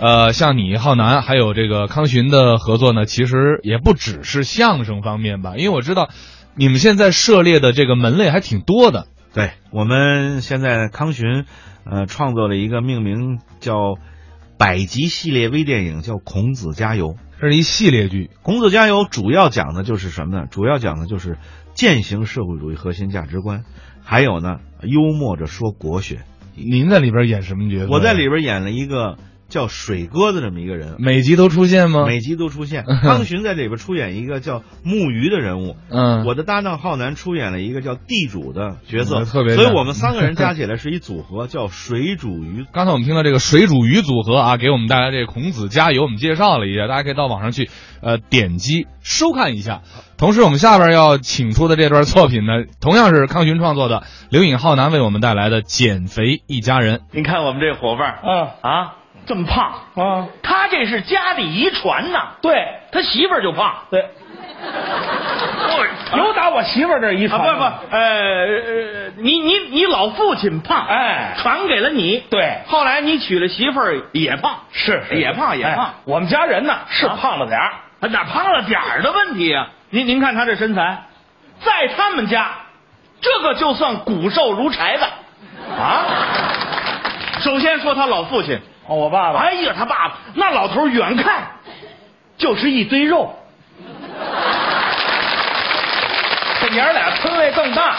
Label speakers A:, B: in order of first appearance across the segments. A: 呃，像你浩南还有这个康寻的合作呢，其实也不只是相声方面吧，因为我知道你们现在涉猎的这个门类还挺多的。
B: 对我们现在康寻，呃，创作了一个命名叫百集系列微电影，叫《孔子加油》。
A: 这是一系列剧，
B: 《孔子加油》主要讲的就是什么呢？主要讲的就是践行社会主义核心价值观，还有呢，幽默着说国学。
A: 您在里边演什么角色呀？
B: 我在里边演了一个叫水哥的这么一个人，
A: 每集都出现吗？
B: 每集都出现。康寻在里边出演一个叫木鱼的人物，
A: 嗯，
B: 我的搭档浩南出演了一个叫地主的角
A: 我
B: 色，
A: 特别
B: 所以
A: 像
B: 我们三个人加起来是一组合，叫水煮鱼。
A: 刚才我们听到这个水煮鱼组合啊，给我们带来这个孔子加油，我们介绍了一下，大家可以到网上去呃点击收看一下。同时，我们下边要请出的这段作品呢，同样是康寻创作的，刘颖浩南为我们带来的《减肥一家人》。
C: 您看我们这伙伴儿
D: 啊
C: 啊，这么胖，
D: 啊，
C: 他这是家里遗传呐，
D: 对
C: 他媳妇儿就胖。
D: 对，有打我媳妇儿这遗
C: 啊，
D: 传
C: 不
D: 的、
C: 不，呃，呃你你你老父亲胖，
D: 哎
C: 传给了你。
D: 对
C: 后来你娶了媳妇儿也胖，
D: 是是
C: 也胖也
D: 哎
C: 胖
D: 我们家人呢是
C: 啊
D: 胖了点儿，
C: 啊哪胖了点儿的问题啊？您您看他这身材，在他们家，这个就算骨瘦如柴的啊。首先说他老父亲，
D: 哦，我爸爸
C: 哎呀，他爸爸那老头儿远看就是一堆肉，
D: 这娘俩坑位更大。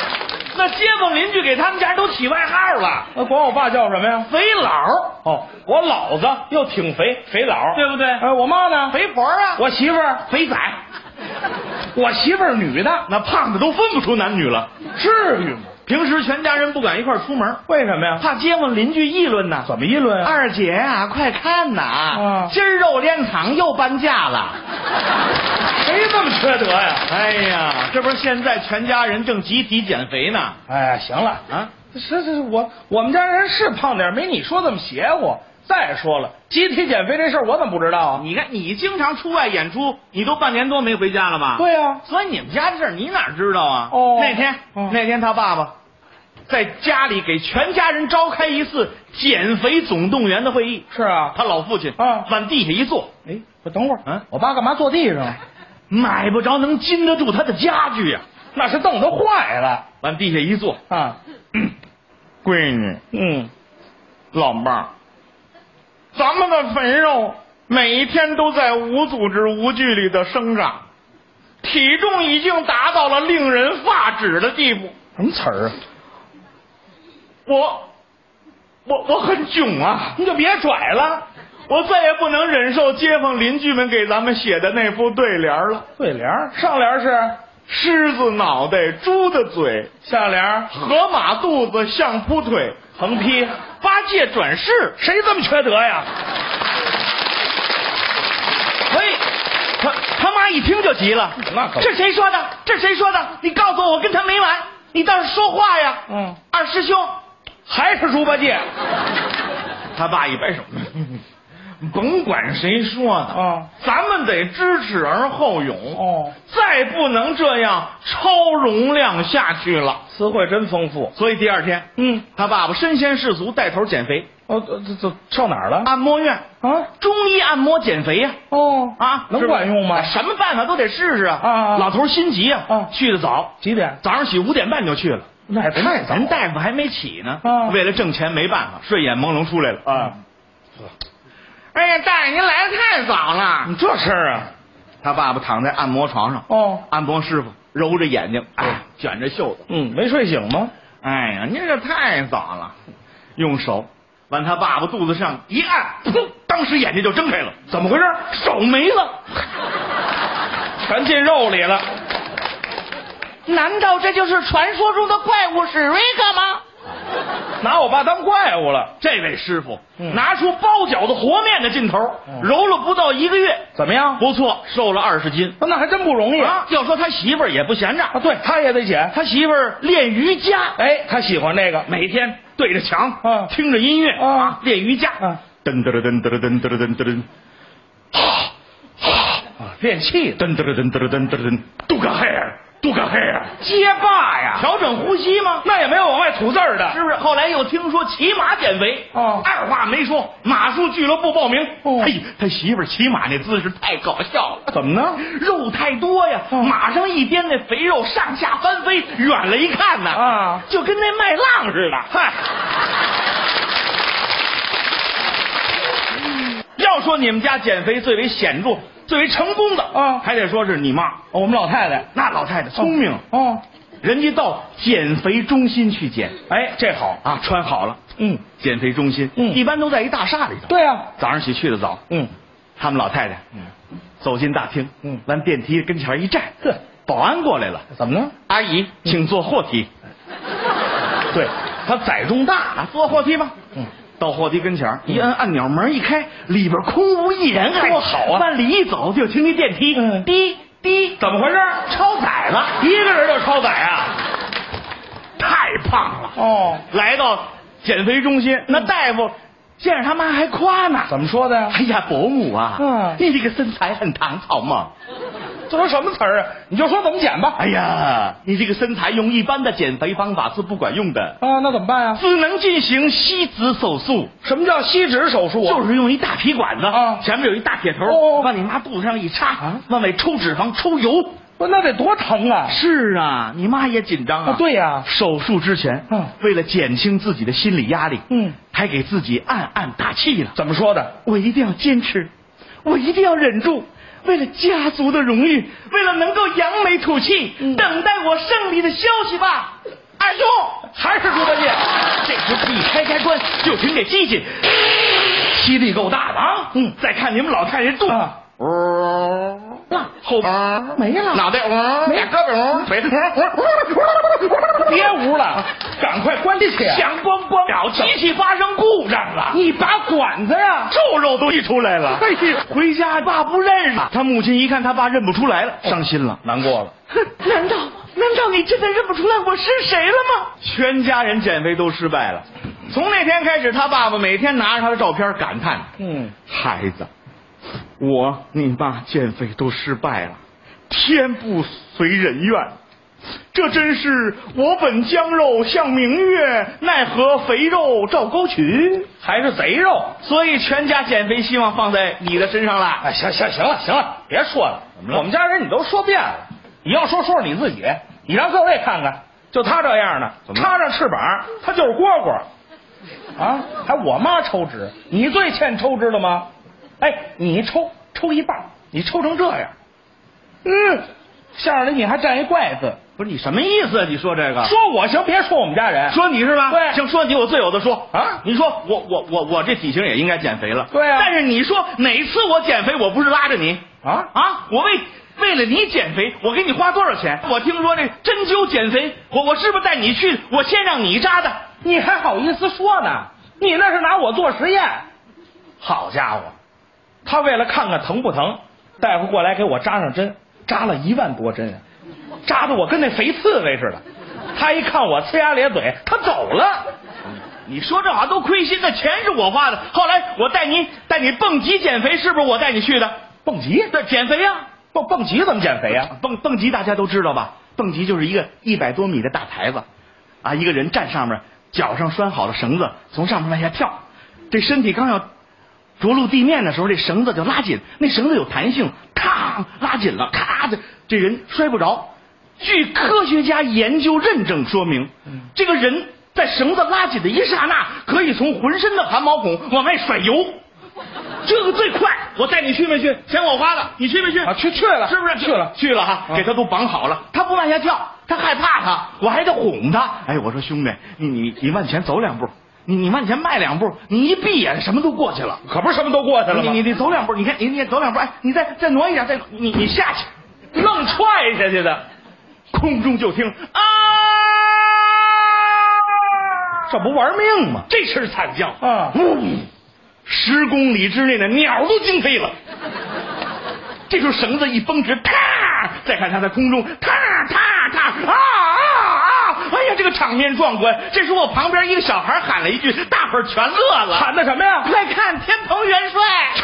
C: 那街坊邻居给他们家都起外号了，
D: 那管我爸叫什么呀？
C: 肥佬儿，
D: 哦，我老子又挺肥，肥佬，
C: 对不对
D: 哎，我妈呢？
C: 肥婆啊，
D: 我媳妇儿，
C: 肥仔，
D: 我媳妇儿女的，
C: 那胖子都分不出男女了。
D: 至于吗？
C: 平时全家人不敢一块儿出门，
D: 为什么呀？
C: 怕街坊邻居议论呐。
D: 怎么议论啊？
C: 二姐啊，快看呐！
D: 啊
C: 今儿肉联厂又搬家了。
D: 谁这么缺德呀？
C: 哎呀，这不是现在全家人正集体减肥呢？
D: 哎，行了
C: 啊，
D: 是是是，我我们家人是胖点儿，没你说这么邪乎。再说了，集体减肥这事儿我怎么不知道啊？
C: 你看，你经常出外演出，你都半年多没回家了吧？
D: 对啊呀、
C: 所以你们家的事儿你哪知道啊？
D: 哦
C: 那天、
D: 哦
C: 那天他爸爸在家里给全家人召开一次减肥总动员的会议，
D: 是啊。
C: 他老父亲
D: 啊
C: 往地下一坐，
D: 哎，我等会儿，
C: 嗯
D: 我爸干嘛坐地上？
C: 买不着能禁得住他的家具呀、
D: 那是凳都坏了
C: 往地下一坐，嗯
D: 啊。
C: 闺女，
D: 嗯，
C: 老妹儿，咱们的肥肉每一天都在无组织无距离的生长，体重已经达到了令人发指的地步。
D: 什么词儿啊？
C: 我，我我很囧啊！
D: 你就别拽了。
C: 我再也不能忍受街坊邻居们给咱们写的那副对联儿了：
D: 对联儿上联儿是，
C: 狮子脑袋，猪的嘴，
D: 下联儿
C: 河马肚子，相扑腿，
D: 横批。
C: 八戒转世。
D: 谁这么缺德呀？
C: 嘿，他他妈一听就急了，
D: 那可不
C: 这谁说的？这谁说的？你告诉我，我跟他没完！你倒是说话呀！
D: 嗯，
C: 二师兄，
D: 还是猪八戒？
C: 他爸一 摆手，甭管谁说的，
D: 啊
C: 咱们得知耻而后勇。
D: 哦，
C: 再不能这样超容量下去了。
D: 词汇真丰富。
C: 所以第二天，
D: 嗯，
C: 他爸爸身先士卒，带头减肥，
D: 哦，这这这上哪儿了？
C: 按摩院，
D: 啊，
C: 中医按摩减肥呀、
D: 哦
C: 啊，
D: 能
C: 是吧
D: 管用吗？
C: 什么办法都得试试啊！
D: 啊啊啊
C: 老头儿心急啊，
D: 啊
C: 去的早，
D: 几点？
C: 早上起五点半就去了。
D: 那也太早
C: 人大夫还没起呢，
D: 哎啊
C: 为了挣钱没办法，睡眼朦胧出来了。
D: 啊！
C: 哎呀，大爷您来的太早了
D: 你。这事儿啊？
C: 他爸爸躺在按摩床上，
D: 哦，
C: 按摩师傅揉着眼睛，哎，卷着袖子，
D: 嗯，没睡醒吗？
C: 哎呀，您这太早了，用手往他爸爸肚子上一按，砰，当时眼睛就睁开了，怎么回事？手没了，
D: 全进肉里了。
E: 难道这就是传说中的怪物史瑞克吗？
D: 拿我爸当怪物了。
C: 这位师傅、
D: 嗯
C: 拿出包饺子和面的劲头，
D: 嗯
C: 揉了不到一个月，
D: 怎么样？
C: 不错，瘦了二十斤。
D: 那还真不
E: 哎
D: 容易
C: 啊，要说他媳妇儿也不闲着，
D: 啊对，他也得减。
C: 他媳妇儿练瑜伽，
D: 哎，他喜欢那个。
C: 每天对着墙，
D: 嗯
C: 听着音乐
D: 嗯
C: 啊，练瑜伽，
D: 嗯
C: 噔噔噔噔噔噔噔噔噔噔。
D: 啊，练气的。
C: 噔噔噔噔噔噔噔，杜克海尔，杜可黑啊，
D: 结巴呀，
C: 调整呼吸吗？
D: 那也没有往外吐字儿的，
C: 是不是？后来又听说骑马减肥，
D: 哦
C: 二话没说，马术俱乐部报名。
D: 哦
C: 嘿，他媳妇儿骑马那姿势太搞笑了，
D: 怎么呢？
C: 肉太多呀，
D: 嗯
C: 马上一颠，那肥肉上下翻飞，远了一看呢，
D: 啊
C: 就跟那麦浪似的。嗨，嗯
D: 要说你们家减肥最为显著、最为成功的，
C: 啊
D: 还得说是你妈，哦我们老太太，
C: 那老太太聪明，
D: 哦，
C: 人家到减肥中心去减
D: 哎，这好，
C: 啊，穿好了，
D: 嗯，
C: 减肥中心，
D: 嗯
C: 一般都在一大厦里头。
D: 对啊，
C: 早上起去的早，
D: 嗯，
C: 他们老太太，嗯，走进大厅，
D: 嗯
C: 往电梯跟前儿一站，
D: 呵，
C: 保安过来了，
D: 怎么呢？
C: 阿姨，
D: 嗯
C: 请坐货 梯。
D: 对，她载重大，
C: 啊，坐货梯吧。嗯，到货梯跟前儿一摁按钮，门一开，里边空无一人，
D: 嗯多好啊
C: 往里一走就听那电梯
D: 嗯
C: 滴滴，
D: 怎么回事？
C: 超载了，
D: 一个人就超载啊？
C: 太胖了。
D: 哦，嗯
C: 来到减肥中心，那大夫见着他妈还夸呢。
D: 怎么说的呀？
C: 哎呀，伯母啊，
D: 嗯
C: 你这个身材很唐草嘛。
D: 这都什么词儿啊？你就说怎么减吧。
C: 哎呀，你这个身材用一般的减肥方法是不管用的，
D: 啊，那怎么办呀？
C: 只能进行吸脂手术。
D: 什么叫吸脂手术啊？
C: 就是用一大皮管子，
D: 啊
C: 前面有一大铁头，
D: 哦哦
C: 往你妈肚子上一插，
D: 啊
C: 往外抽脂肪、抽油。
D: 不那得多疼啊！
C: 是啊，你妈也紧张啊。
D: 啊对呀
C: 手术之前，
D: 嗯
C: 为了减轻自己的心理压力，
D: 嗯，
C: 还给自己暗暗打气呢。
D: 怎么说的？
C: 我一定要坚持，我一定要忍住，为了家族的荣誉，为了能够扬眉吐气，等待我胜利的消息吧。二叔，
D: 还是猪八戒？
C: 这时候一开开关，就听这机器，吸力够大的啊！嗯，再看你们老看人肚子，
D: 啊
C: 那啊后
D: 没了
C: 脑袋嗡，
D: 没
C: 俩胳膊嗡，腿嗡
D: 别屋
C: 啊
D: 了，赶快关起来！
C: 响咣咣，表机器发生故障了，
D: 你拔管子呀！
C: 瘦肉都溢出来了。
D: 哎呦
C: 回家爸不认识他母亲一看他爸认不出来了，伤心了。
D: 难过了。
E: 难道难道你真的认不出来我是谁了吗？
C: 全家人减肥都失败了。从那天开始，他爸爸每天拿着他的照片感叹
D: 嗯，：“
C: 孩子，我你妈减肥都失败了，天不随人愿。”这真是我本将肉向明月，奈何肥肉照沟渠。
D: 还是贼肉。
C: 所以全家减肥希望放在你的身上了。
D: 哎，行行行了，行了，别说了。
C: 怎么了
D: 我们家人你都说遍了，你要说说说你自己，你让各位看看，就他这样的，
C: 怎么了
D: 插上翅膀，他就是蝈蝈。啊，还我妈抽脂，你最欠抽脂了吗？哎，你一抽抽一半，你抽成这样，嗯，相声里你还占一怪字，
C: 不是你什么意思啊？你说这个说
D: 说我行，别说我们家人。
C: 说你是吧？
D: 对
C: 行，说你我最有的说
D: 啊
C: 你说我我我我这体型也应该减肥了。
D: 对啊
C: 但是你说哪次我减肥，我不是拉着你
D: 啊
C: 啊？我为为了你减肥，我给你花多少钱？我听说这针灸减肥，我我是不是带你去？我先让你扎的。
D: 你还好意思说呢？你那是拿我做实验。好家伙，他为了看看疼不疼，大夫过来给我扎上针，扎了一万多针啊，扎的我跟那肥刺猬似的。他一看我呲牙咧嘴，他走了。
C: 你说这好像都亏心，那钱是我花的。后来我带你带你蹦极减肥，是不是我带你去的？
D: 蹦极？
C: 对，减肥呀、
D: 蹦蹦极怎么减肥呀、
C: 蹦蹦极大家都知道吧？蹦极就是一个一百多米的大台子，啊，一个人站上面，脚上拴好了绳子，从上面往下跳，这身体刚要着陆地面的时候，这绳子就拉紧，那绳子有弹性，咔拉紧了，咔的，这人摔不着。据科学家研究认证说明，
D: 嗯
C: 这个人在绳子拉紧的一刹那，可以从浑身的汗毛孔往外甩油，这个最快。我带你去没去？钱我花了，你去没去？
D: 啊，去去了，
C: 是不是？
D: 去了？
C: 去了哈，
D: 啊
C: 给他都绑好了，他不往下跳，他害怕他，我还得哄他。哎，我说兄弟，你你你往前走两步，你你往前迈两步，你一闭眼什么都过去了。
D: 可不是什么都过去了
C: 你
D: 吗？
C: 你你走两步，你看你你走两步，哎，你再再挪一点，再你你下去，
D: 愣踹下去的，
C: 空中就听啊，
D: 这不玩命吗？
C: 这声惨叫
D: 啊
C: 呜，嗯十公里之内的鸟都惊飞了。这时候绳子一绷直，啪！再看它在空中，啪啪啪！啊啊啊！哎呀，这个场面壮观。这时候我旁边一个小孩喊了一句，大伙儿全乐了。
D: 喊的什么呀？
C: 快看，天蓬元帅！
D: 去。